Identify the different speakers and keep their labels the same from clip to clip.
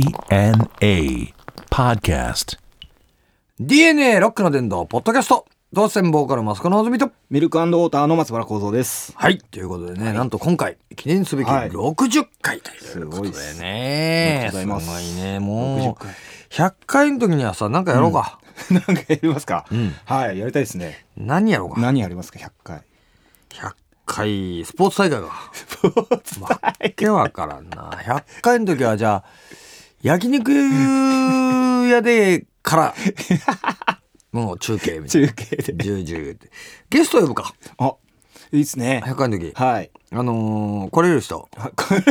Speaker 1: DNA Podcast.
Speaker 2: DNA ロックの伝道ポッドキャスト当選ボーカルマスコのぞみと
Speaker 3: ミルクウォーターの松原幸三です。
Speaker 2: はいということでね、なんと今回記念すべき
Speaker 3: はい
Speaker 2: 60回ということでね、
Speaker 3: すごいっすありがとうございます
Speaker 2: ごいねも
Speaker 3: 60
Speaker 2: う
Speaker 3: 回
Speaker 2: 100回の時にはさなんかやろうか、
Speaker 3: なんかやりますか、
Speaker 2: ん
Speaker 3: はい、やりたいですね。
Speaker 2: 何やろうか
Speaker 3: 何やりますか、100回。
Speaker 2: 100回スポーツ大会がスポーツ大会 わけわからんな100回の時はじゃあ焼肉屋でから もう中継みたいな
Speaker 3: 中継で。
Speaker 2: 10時ってゲスト呼ぶか
Speaker 3: あ、いいですね。
Speaker 2: 100回の時
Speaker 3: はい。
Speaker 2: あのー、来れる人
Speaker 3: はこれ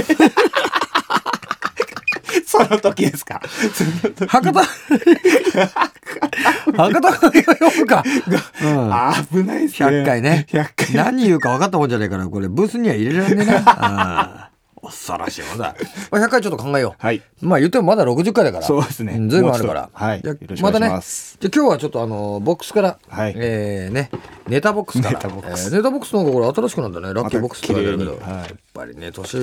Speaker 3: その時ですか。その時
Speaker 2: 博多博多が呼ぶか、うん、
Speaker 3: あ危ないですね。
Speaker 2: 100回ね
Speaker 3: 100回。
Speaker 2: 何言うか分かったもんじゃないからこれブースには入れられねえな、うん、恐ろしいもんだ、まあ、100回ちょっと考えよう、
Speaker 3: はい。
Speaker 2: まあ言ってもまだ60回だから
Speaker 3: そうですね
Speaker 2: ん随分あるから
Speaker 3: もうちょっとはい
Speaker 2: じゃあ
Speaker 3: よろしくお願いしま
Speaker 2: ま
Speaker 3: す
Speaker 2: たねじゃあ今日はちょっとあのボックスから、
Speaker 3: はい
Speaker 2: えーねネタボックスから
Speaker 3: ネタボックス
Speaker 2: えーネタボックスの方がこれ新しくなんだねラッキーボックスって言われるけど、
Speaker 3: また綺麗にはい
Speaker 2: やっぱりね年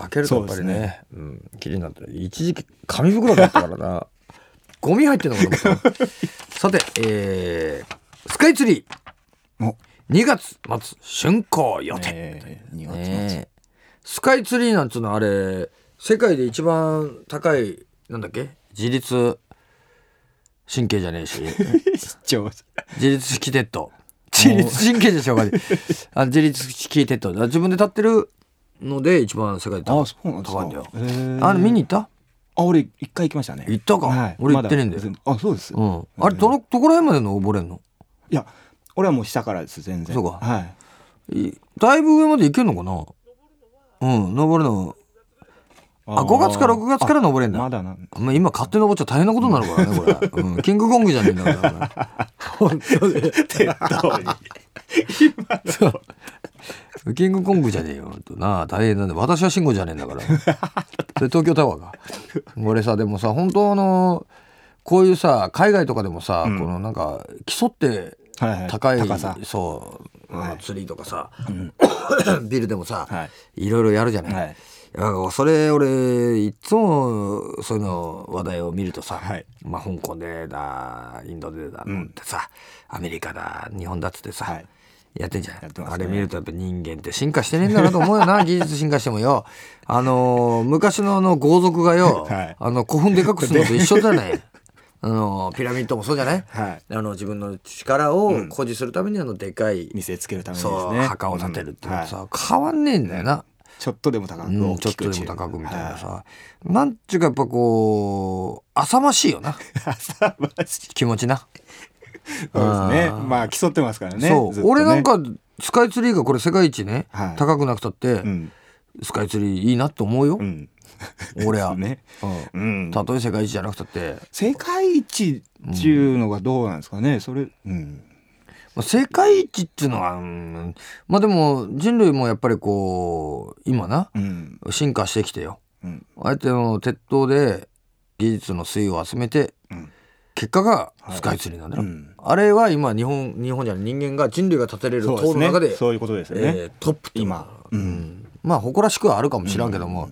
Speaker 2: 明けるとやっぱり
Speaker 3: そうで
Speaker 2: ね
Speaker 3: す
Speaker 2: うん、綺麗になってる一時期紙袋だったからな ゴミ入ってんのかと思ったさて、えースカイツリー
Speaker 3: お
Speaker 2: 2月末竣工予定、
Speaker 3: えー、2月末
Speaker 2: ねえスカイツリーなんつうのはあれ世界で一番高いなんだっけ自律神経じゃねえ し
Speaker 3: 視聴者
Speaker 2: 自律式テッド 自律神経でしょうかね あ自律式テッド自分で立ってるので一番世界で高い
Speaker 3: あ、そうなんですか。
Speaker 2: 高いんだよ
Speaker 3: えー
Speaker 2: あれ見に行った
Speaker 3: あ、俺一回行きましたね。
Speaker 2: 行ったか俺行ってねえんだよ
Speaker 3: ま全部あ、そうです。
Speaker 2: う
Speaker 3: い
Speaker 2: んあれどのどこら辺までの溺れんの
Speaker 3: や、俺はもう下からです、全然。
Speaker 2: そうか
Speaker 3: はい。
Speaker 2: いだいぶ上まで行けるのかなうん登るのあ
Speaker 3: ー
Speaker 2: 5月か6月から登れんだ
Speaker 3: あまだなん
Speaker 2: まあ、今勝手に登っちゃ大変なことになるからねこれ、うん、キングコングじゃねえんだからこれ本当にそうキングコングじゃねえよほんとな大変なんで私は慎吾じゃねえんだからそれ東京タワーか俺さでもさ本当あのこういうさ海外とかでもさ、このなんか競って
Speaker 3: はいはい
Speaker 2: 高い、
Speaker 3: 高さ
Speaker 2: そう、
Speaker 3: はい
Speaker 2: 釣りとかさ、ビルでもさ、、
Speaker 3: はい
Speaker 2: ろいろやるじゃない、
Speaker 3: はい
Speaker 2: いやなんかそれ俺いっつもそういうの話題を見るとさ、
Speaker 3: はい
Speaker 2: まあ、香港でだインドでだってさ、アメリカだ日本だっつってさ、
Speaker 3: はい
Speaker 2: やってんじゃない、
Speaker 3: やってます
Speaker 2: あ
Speaker 3: ね
Speaker 2: れ見るとやっぱ人間って進化してねえんだなと思うよ な技術進化してもよあのー昔のあの豪族がよ、
Speaker 3: はい
Speaker 2: あの古墳でかくするのと一緒じゃ ないあのーピラミッドもそうじゃない、
Speaker 3: はい
Speaker 2: あの自分の力を誇示するためにあのでかい、
Speaker 3: 見せつけるためにです
Speaker 2: そう
Speaker 3: ね
Speaker 2: 墓を建てるっていうのとさ、
Speaker 3: は
Speaker 2: 変わんねえんだよな。
Speaker 3: いちょっとでも高く
Speaker 2: うん、
Speaker 3: 大
Speaker 2: ちょっ
Speaker 3: きく
Speaker 2: とでも高くみたいなさ、
Speaker 3: は
Speaker 2: なんちゅうかやっぱこう浅ましいよ な
Speaker 3: 浅ましい
Speaker 2: 気持ちな、
Speaker 3: そうですね
Speaker 2: あー
Speaker 3: まあ競ってますからね
Speaker 2: そう、
Speaker 3: ずっとね
Speaker 2: 俺なんかスカイツリーがこれ世界一ね、
Speaker 3: はい
Speaker 2: 高くなくたって、
Speaker 3: うん
Speaker 2: スカイツリーいいなと思うよ
Speaker 3: う、ん
Speaker 2: 俺は、
Speaker 3: ね
Speaker 2: うん
Speaker 3: うん
Speaker 2: たとえ世界一じゃなくたって、
Speaker 3: 世界一っていうのがどうなんですかねそれうん
Speaker 2: まあ、世界一っていうのは、うんまあでも人類もやっぱりこう今な
Speaker 3: うん
Speaker 2: 進化してきてよ
Speaker 3: うん
Speaker 2: あえての鉄塔で技術の粋を集めて
Speaker 3: うん
Speaker 2: 結果が
Speaker 3: はい
Speaker 2: スカイツリーなんだ
Speaker 3: う
Speaker 2: ろ、
Speaker 3: ん
Speaker 2: あれは今日本日本じゃない人間が人類が建てれる塔
Speaker 3: そうです
Speaker 2: の中で
Speaker 3: ねそういうことですよね
Speaker 2: えートップってことだ
Speaker 3: 今うん
Speaker 2: まあ誇らしくはあるかもしらんけども、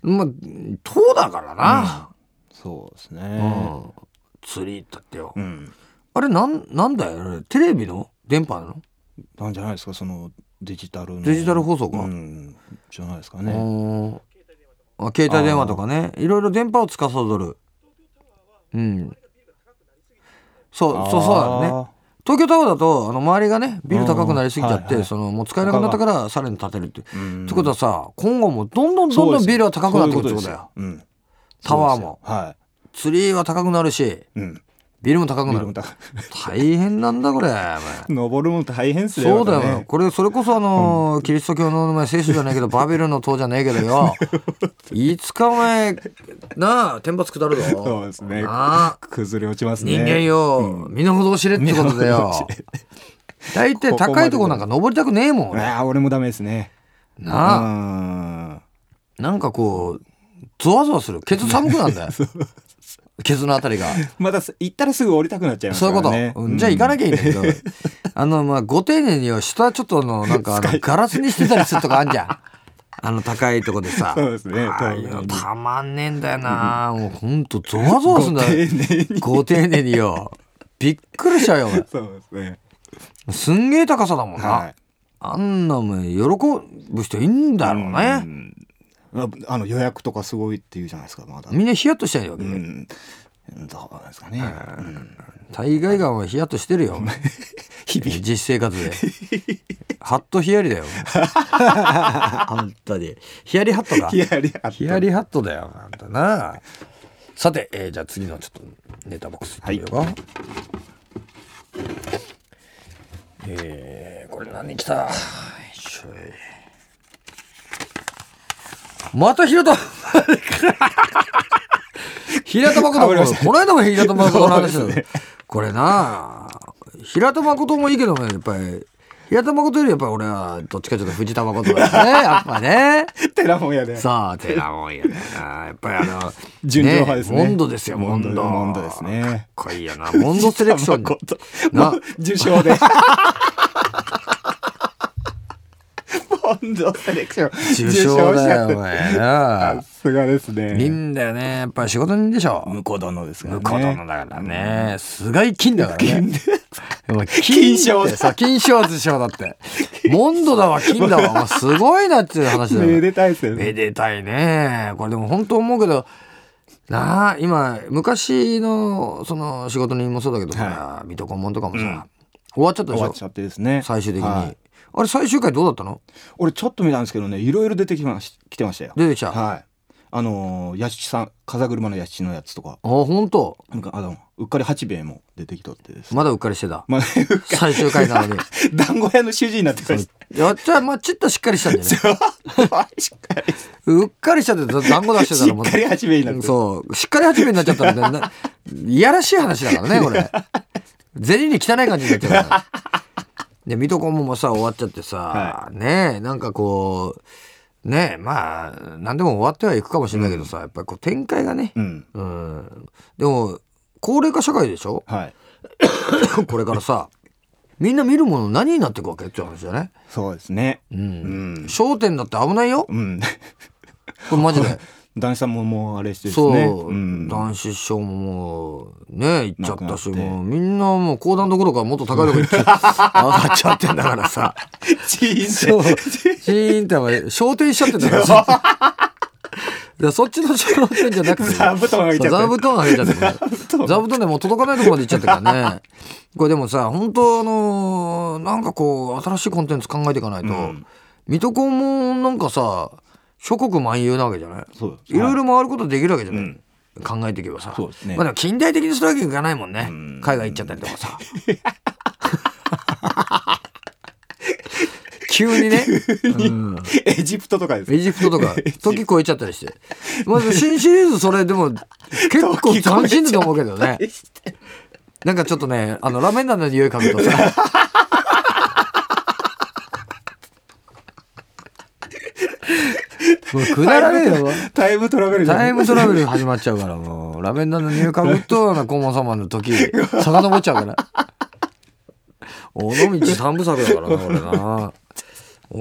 Speaker 2: まあ塔だからな、
Speaker 3: そうです
Speaker 2: うん
Speaker 3: ね
Speaker 2: 釣りだってよ、
Speaker 3: うん
Speaker 2: あれなんなんだよあれテレビの電波なの
Speaker 3: なんじゃないですかそのデジタルの
Speaker 2: デジタル放送か
Speaker 3: うんじゃないですかね
Speaker 2: ね、あ携帯電話とかねいろいろ電波を司るうんそうそうそうだね
Speaker 3: ね
Speaker 2: 東京タワーだとあの周りがねビル高くなりすぎちゃっ
Speaker 3: う
Speaker 2: て、
Speaker 3: んはいはい
Speaker 2: そのもう使えなくなったからさらに建てるって、
Speaker 3: うん
Speaker 2: ってことはさ今後もどんどんどんどんビルは高くなってくるってことだよ
Speaker 3: そういうことですよ。うん
Speaker 2: タワーも
Speaker 3: は
Speaker 2: ツリーは高くなるし
Speaker 3: い。うん。
Speaker 2: ビルも高く
Speaker 3: ビ
Speaker 2: な
Speaker 3: ルも
Speaker 2: る
Speaker 3: 高い
Speaker 2: 大変なんだこれお前
Speaker 3: 登るもん大変っすね。
Speaker 2: そうだよ、
Speaker 3: まね
Speaker 2: これそれこそあのーキリスト教のお前聖書じゃないけ どバビルの塔じゃないけどよいつかお前なあ天罰下るぞ
Speaker 3: そうですね
Speaker 2: なあ。
Speaker 3: 崩れ落ちますね。
Speaker 2: 人間よ、身の程を知れってことだよ
Speaker 3: 身の程を知
Speaker 2: 大体高いとこなんか登りたくねえもん俺
Speaker 3: ああ、俺もダメですね。
Speaker 2: なあ
Speaker 3: あ。
Speaker 2: なんかこうゾワゾワするケツ寒くなん だよケツのあたりが
Speaker 3: またす行ったらすぐ降りたくなっちゃいます
Speaker 2: そう
Speaker 3: か
Speaker 2: いうこ
Speaker 3: ら
Speaker 2: と、
Speaker 3: ね。
Speaker 2: うんじゃあ行かなきゃいいんだけ ど あのまあご丁寧には下ちょっとあのなんかあのガラスにしてたりするとかあんじゃん あの高いとこでさ
Speaker 3: そうですね
Speaker 2: ああいうの
Speaker 3: 遠目に
Speaker 2: たまんねえんだよなもうほんとゾワゾワすんだよご丁寧によびっくりしちゃうよお前
Speaker 3: そうですね。
Speaker 2: すんげえ高さだもんな、
Speaker 3: はい
Speaker 2: あんなもん喜ぶ人いんだろうね、
Speaker 3: うんあの予約とかすごいっていうじゃないですか、まだ。
Speaker 2: みんなヒヤッとしてるわけ
Speaker 3: う
Speaker 2: で、
Speaker 3: ん。どうなんですかね。うん
Speaker 2: 大概がお前ヒヤッとして るよ日々実生活 でハットヒヤリだ よ本当にヒヤリハットか
Speaker 3: ヒヤリあった
Speaker 2: ヒヤリハットだよあんたなさて、えーじゃあ次のちょっとネタボックスいってみようか、えーこれ何来たよいしょいまた平田 平田誠
Speaker 3: 被りま
Speaker 2: も
Speaker 3: した
Speaker 2: この間も平田誠の話だ
Speaker 3: そう
Speaker 2: よ、
Speaker 3: ですね
Speaker 2: これな平田誠もいいけどねやっぱり平田誠よりやっぱり俺はどっちかというと藤田誠だよねやっぱね
Speaker 3: テラフォン屋で。
Speaker 2: さ あ、てなもんやね。やっぱりあの、
Speaker 3: 純情派ですね
Speaker 2: モンドですよ、モンド。
Speaker 3: モンドですね
Speaker 2: かっこいいよな。モンドセレク ション。
Speaker 3: 誠
Speaker 2: な
Speaker 3: もう受賞で。ボンドセレクション。
Speaker 2: 受賞
Speaker 3: し
Speaker 2: だ
Speaker 3: ちゃ
Speaker 2: よ、
Speaker 3: っ
Speaker 2: お
Speaker 3: て
Speaker 2: 前な
Speaker 3: さ。すがです
Speaker 2: いい
Speaker 3: ね。
Speaker 2: んだよね。やっぱ仕事人でしょ。
Speaker 3: 向こう殿ですからね。
Speaker 2: 向こう殿だからね。菅井金だからね。お前
Speaker 3: 金賞
Speaker 2: ってそう、金賞受賞だ って。モンドだわ、金だわ。お前すごいなっていう話だよ。
Speaker 3: めでたいですよ
Speaker 2: め
Speaker 3: ね。
Speaker 2: でたいねこれでも本当思うけどなあ今昔のその仕事人もそうだけどさ、水戸黄門とかもさ、終わっちゃったで
Speaker 3: 終
Speaker 2: し
Speaker 3: わっ
Speaker 2: ょ
Speaker 3: ちゃってですね。
Speaker 2: 最終的に、
Speaker 3: はい
Speaker 2: あれ最終回どうだったの
Speaker 3: 俺ちょっと見たんですけどね、いろいろ出てきまし、来てましたよ。
Speaker 2: 出てきた、あ
Speaker 3: はい。あのー、屋敷さん、風車の屋敷のやつとか、
Speaker 2: 本当
Speaker 3: なんか、あの、うっかり八兵衛も出てきとってですね。
Speaker 2: まだうっかりしてた
Speaker 3: まあ、
Speaker 2: 最終回 なのに
Speaker 3: 団子屋の主人になってまし
Speaker 2: やっちゃまあちっとしっかりしたんだよね
Speaker 3: た。しっかり、
Speaker 2: うっかりしちゃ って団子出してたらもう
Speaker 3: しっかり八兵衛になってる。
Speaker 2: そうしっかり始めになっちゃったらねないやらしい話だからねこれ銭に汚い感じになっちゃうからで水戸黄門もさ終わっちゃってさ、
Speaker 3: は
Speaker 2: ねえなんかこうねえまあ何でも終わってはいくかもしれないけどさ、やっぱりこう展開がね、
Speaker 3: うん。
Speaker 2: うん、でも高齢化社会でし ょ
Speaker 3: はい。
Speaker 2: これからさみんな見るもの何になっていくわけっていう話だね、
Speaker 3: そうですね。
Speaker 2: う
Speaker 3: うんん。
Speaker 2: 焦点だって危ないよ
Speaker 3: うん。
Speaker 2: これマジで。
Speaker 3: 男子さんももうあれしてです
Speaker 2: そう、
Speaker 3: ね。うん。
Speaker 2: 男子師匠ももうね行っちゃったし
Speaker 3: 亡くなって
Speaker 2: もうみんなもう講談どころかもっと高いとこ 行って上がっちゃってんだからさ
Speaker 3: チー ズ
Speaker 2: そうシーンってお前昇天しちゃってんだからさだからそっちの昇天じゃなくて
Speaker 3: 座布団上げちゃった
Speaker 2: そう座布団上げちゃってね座布団でもう届かないところまで行っちゃったからねこれでもさ本当あのーなんかこう新しいコンテンツ考えていかないと、
Speaker 3: うん
Speaker 2: 水戸黄門なんかさ諸国万有なわけじゃない
Speaker 3: そう
Speaker 2: いろいろ回ることできるわけじゃない、
Speaker 3: うん
Speaker 2: 考えていけばさ。
Speaker 3: そうですね
Speaker 2: まあでも近代的にするわけにいかないもんね。
Speaker 3: ん
Speaker 2: 海外行っちゃったりとかさ。 急にね、うん
Speaker 3: エジプトとかです
Speaker 2: エジプトと か時超えちゃったりして。まず新シリーズそれでも結構斬新だと思うけどね。なんかちょっとね、あのラメンダーの匂い嗅ぐと さ。もうくだらねえよ。
Speaker 3: タイムトラベルじゃん
Speaker 2: タイムトラベル始まっちゃうからもうラベンダーの入閣とあの黄門様の時遡っちゃうから尾道三部作だからなこれな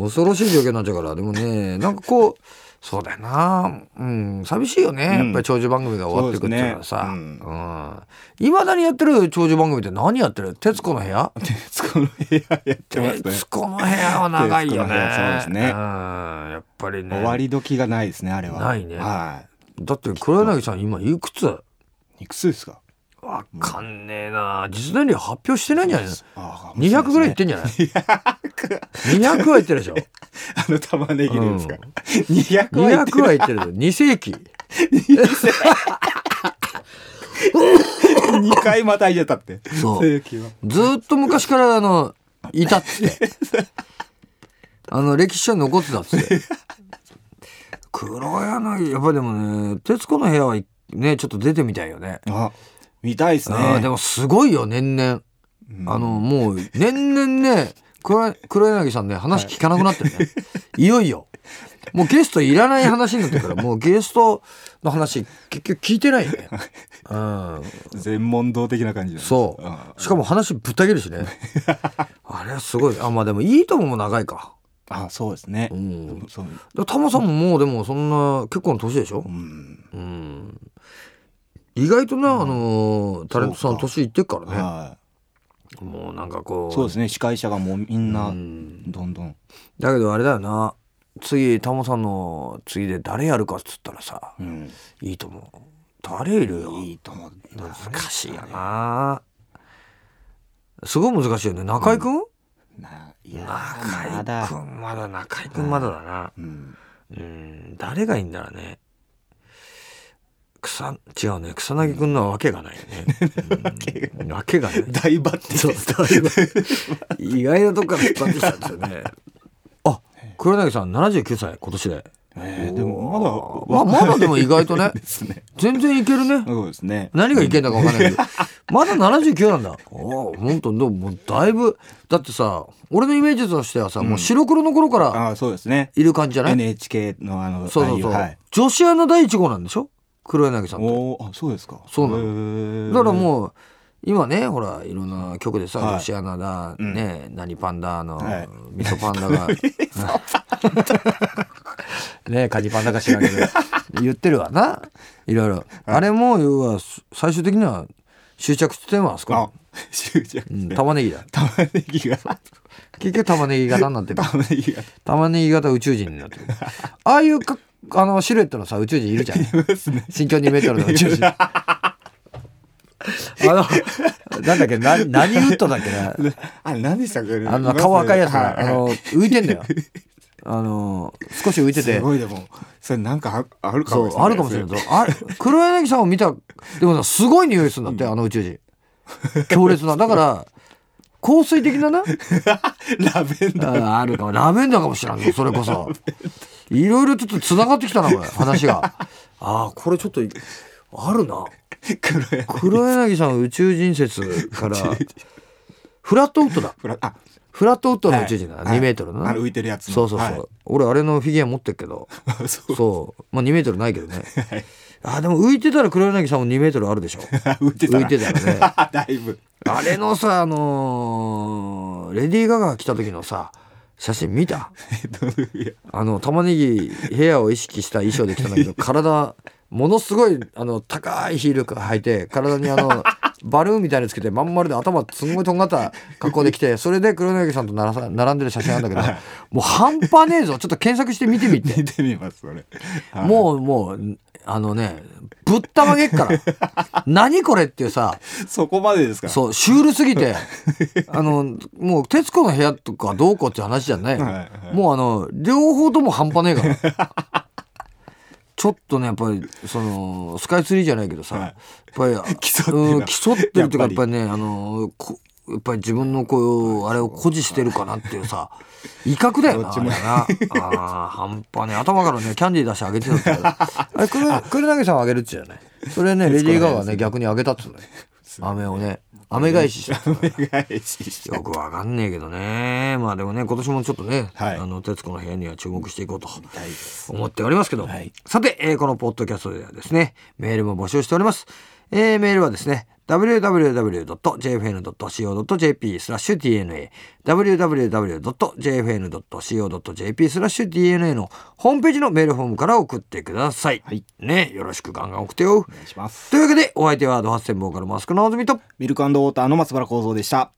Speaker 2: 恐ろしい状況になっちゃうからでもねなんかこうそうだよなうん寂しいよね、やっぱり長寿番組が終わってくっていうのはさ
Speaker 3: そううですね
Speaker 2: んいま、未だにやってる長寿番組って何やってる「徹子の部屋」
Speaker 3: 徹子の部屋やってますね
Speaker 2: 徹子の部屋は長いよね
Speaker 3: 徹子の部屋そうですね
Speaker 2: んやっぱりね
Speaker 3: 終わり時がないですねあれは
Speaker 2: ないね
Speaker 3: は
Speaker 2: だって黒柳さん今いくつ
Speaker 3: いいくつですか
Speaker 2: わかんねえな実年齢発表してないんじゃないの
Speaker 3: ああ
Speaker 2: ?200 ぐらいいってんじゃない ?200 はいってるでしょ
Speaker 3: あの玉ねぎのですか、
Speaker 2: う
Speaker 3: 200は言って
Speaker 2: ?200 はいってるでしょ2世紀
Speaker 3: 2回また入れたって
Speaker 2: そう
Speaker 3: 正規は
Speaker 2: ずーっと昔からあのいたっつってあの歴史書に残ってたっつって黒柳やっぱでもね『徹子の部屋』はねちょっと出てみたいよね
Speaker 3: あ見たいですね
Speaker 2: あーでもすごいよ年々
Speaker 3: うん
Speaker 2: あのもう年々ね黒黒柳さんね話聞かなくなってるね、い、よいよもうゲストいらない話になってるからもうゲストの話結局聞いてないよね、うん、
Speaker 3: 全問答的な感じじゃない
Speaker 2: そ
Speaker 3: あ
Speaker 2: うしかも話ぶった切るしねあれはすごいあまあでもいいともも長いか
Speaker 3: あそうですね、
Speaker 2: うん
Speaker 3: そう
Speaker 2: でタモさんももうでもそんな結構な年でしょ
Speaker 3: う、ん
Speaker 2: うん、意外とな、あのータレントさ
Speaker 3: そ
Speaker 2: ん
Speaker 3: うか
Speaker 2: 年いってっからね
Speaker 3: は
Speaker 2: もうなんかこ
Speaker 3: いうそうですね司会者がもうみんな
Speaker 2: うん
Speaker 3: どんどん、
Speaker 2: だけどあれだよな次タモさんの次で誰やるかっつったらさ
Speaker 3: うん、
Speaker 2: いいと思う誰いるよ
Speaker 3: いいと思う
Speaker 2: 難しいよなすごい難しいよね中居君、
Speaker 3: ないや
Speaker 2: 中
Speaker 3: ま
Speaker 2: 居
Speaker 3: だ、
Speaker 2: 君まだ中居君まだだな
Speaker 3: うん、
Speaker 2: うん誰がいいんだろうね草違うね草薙君のはわけがないよね、うん、 わけがない
Speaker 3: 大抜擢
Speaker 2: そう
Speaker 3: です
Speaker 2: 意外なとこから引っ張ってきたんですよねあ黒柳さん79歳今年で、
Speaker 3: えーでもまだ
Speaker 2: まあ、まだでも意外とね
Speaker 3: ですね
Speaker 2: 全然いけるね
Speaker 3: そうですね
Speaker 2: 何がいけんだか分かんないけどまだ79なんだおお本当でももうだいぶだってさ俺のイメージとしてはさ、もう白黒の頃から
Speaker 3: ああそうですね
Speaker 2: いる感じじゃない、
Speaker 3: NHK のあの
Speaker 2: そうそうそう、
Speaker 3: ああはい、
Speaker 2: 女子アナ第1号なんでしょ黒柳さんって
Speaker 3: おーあそうですか
Speaker 2: そうなの
Speaker 3: の
Speaker 2: だからもう今ねほらいろんな曲でさ、
Speaker 3: はい
Speaker 2: 女子アナだ、
Speaker 3: うん
Speaker 2: ね何パンダの、
Speaker 3: はい
Speaker 2: みそパンダ が ねカニパンダか知らんけど言ってるわないろいろ、あれも要は最終的には執着地点はあそこ、
Speaker 3: あ終着
Speaker 2: うん、
Speaker 3: た
Speaker 2: 玉ねぎだ
Speaker 3: 玉ねぎが
Speaker 2: 結局玉ねぎ型になってる
Speaker 3: 玉ねぎが
Speaker 2: 玉ねぎ型宇宙人になってる ああいうかあのシルエットのさ宇宙人いるじゃん
Speaker 3: ですね
Speaker 2: 身長2メートルの宇宙人あのなんだっけな何ウッドだっけな
Speaker 3: あれ何でしたっけ
Speaker 2: あの顔赤いやつ
Speaker 3: は
Speaker 2: があの浮いてんだよあの少し浮いて
Speaker 3: す
Speaker 2: て
Speaker 3: ごいでもそれなんかああるか
Speaker 2: そ
Speaker 3: も
Speaker 2: うあるかもしれないぞあれ黒柳さんを見たでもさすごい匂いするんだって、あの宇宙人強烈なだから香水的なな
Speaker 3: ラベンダー
Speaker 2: ああるかもラベンダーかもしれないそれこそいろいろちょっとつながってきたなこれ話がああこれちょっとあるな
Speaker 3: 黒い
Speaker 2: 黒柳さん宇宙人説からフラットウッドだ
Speaker 3: フラあ
Speaker 2: フラットウッドの宇宙人だ、
Speaker 3: はい
Speaker 2: 2メートルの
Speaker 3: あの浮いてるやつの
Speaker 2: そうそうそう、
Speaker 3: はい
Speaker 2: 俺あれのフィギュア持ってるけ ど
Speaker 3: そう
Speaker 2: そうまあ2メートルないけどね、あでも浮いてたら黒柳さんも2メートルあるでしょ
Speaker 3: 浮いてたら
Speaker 2: 浮いてたらね
Speaker 3: だいぶ
Speaker 2: あれのさあのーレディー・ガガが来た時のさ写真見た
Speaker 3: えどういう
Speaker 2: あの玉ねぎ部屋を意識した衣装で来たんだけ ど体ものすごいあの高いヒール履いて体にあ のバルーンみたいにつけてまん丸で頭すんごいとんがった格好で来てそれで黒柳さんとならさ並んでる写真なんだけどもう半端ねえぞちょっと検索して見てみて
Speaker 3: 見てみますそれはい
Speaker 2: もうもうあのねぶったまげっから何これっていうさ
Speaker 3: そこまでですか
Speaker 2: そうシュールすぎ てあのもう『徹子の部屋』とかどうこうって話じゃないよ、
Speaker 3: はいはい
Speaker 2: もうあの両方とも半端ねえから ちょっとねやっぱりそのスカイツリーじゃないけどさ、
Speaker 3: はい
Speaker 2: やっぱり
Speaker 3: 競ってるな
Speaker 2: うん、競ってるっていうかや
Speaker 3: や
Speaker 2: っ
Speaker 3: っ
Speaker 2: ぱ
Speaker 3: ぱ
Speaker 2: りねあのこやっぱり自分のこうあれを誇示してるかなっていうさ威嚇だよな
Speaker 3: どっ
Speaker 2: あ
Speaker 3: ち
Speaker 2: れ
Speaker 3: も
Speaker 2: なあー半端ねえ頭からねキャンディー出してあげてたんだけど あれ黒黒柳さんはあげるっちじゃないそれねレディー・ガガがね逆にあげたっつ うのよ飴をね飴返しした
Speaker 3: お願いし
Speaker 2: よくわかんねえけどねまあでもね今年もちょっとね「
Speaker 3: はい
Speaker 2: あの徹子の部屋」には注目していこうと
Speaker 3: たいです
Speaker 2: 思っておりますけど、
Speaker 3: はい
Speaker 2: さて、えーこのポッドキャストではですねメールも募集しております、えーメールはですね www.jfn.co.jp スラッシュ DNA www.jfn.co.jp スラッシュ DNA のホームページのメールフォームから送ってください、
Speaker 3: はい
Speaker 2: ねよろしくガンガン送ってよ
Speaker 3: お願いします
Speaker 2: というわけでお相手はドハッセンボーカルマスクのあずみと
Speaker 3: ミルクウォーターの松原幸三でした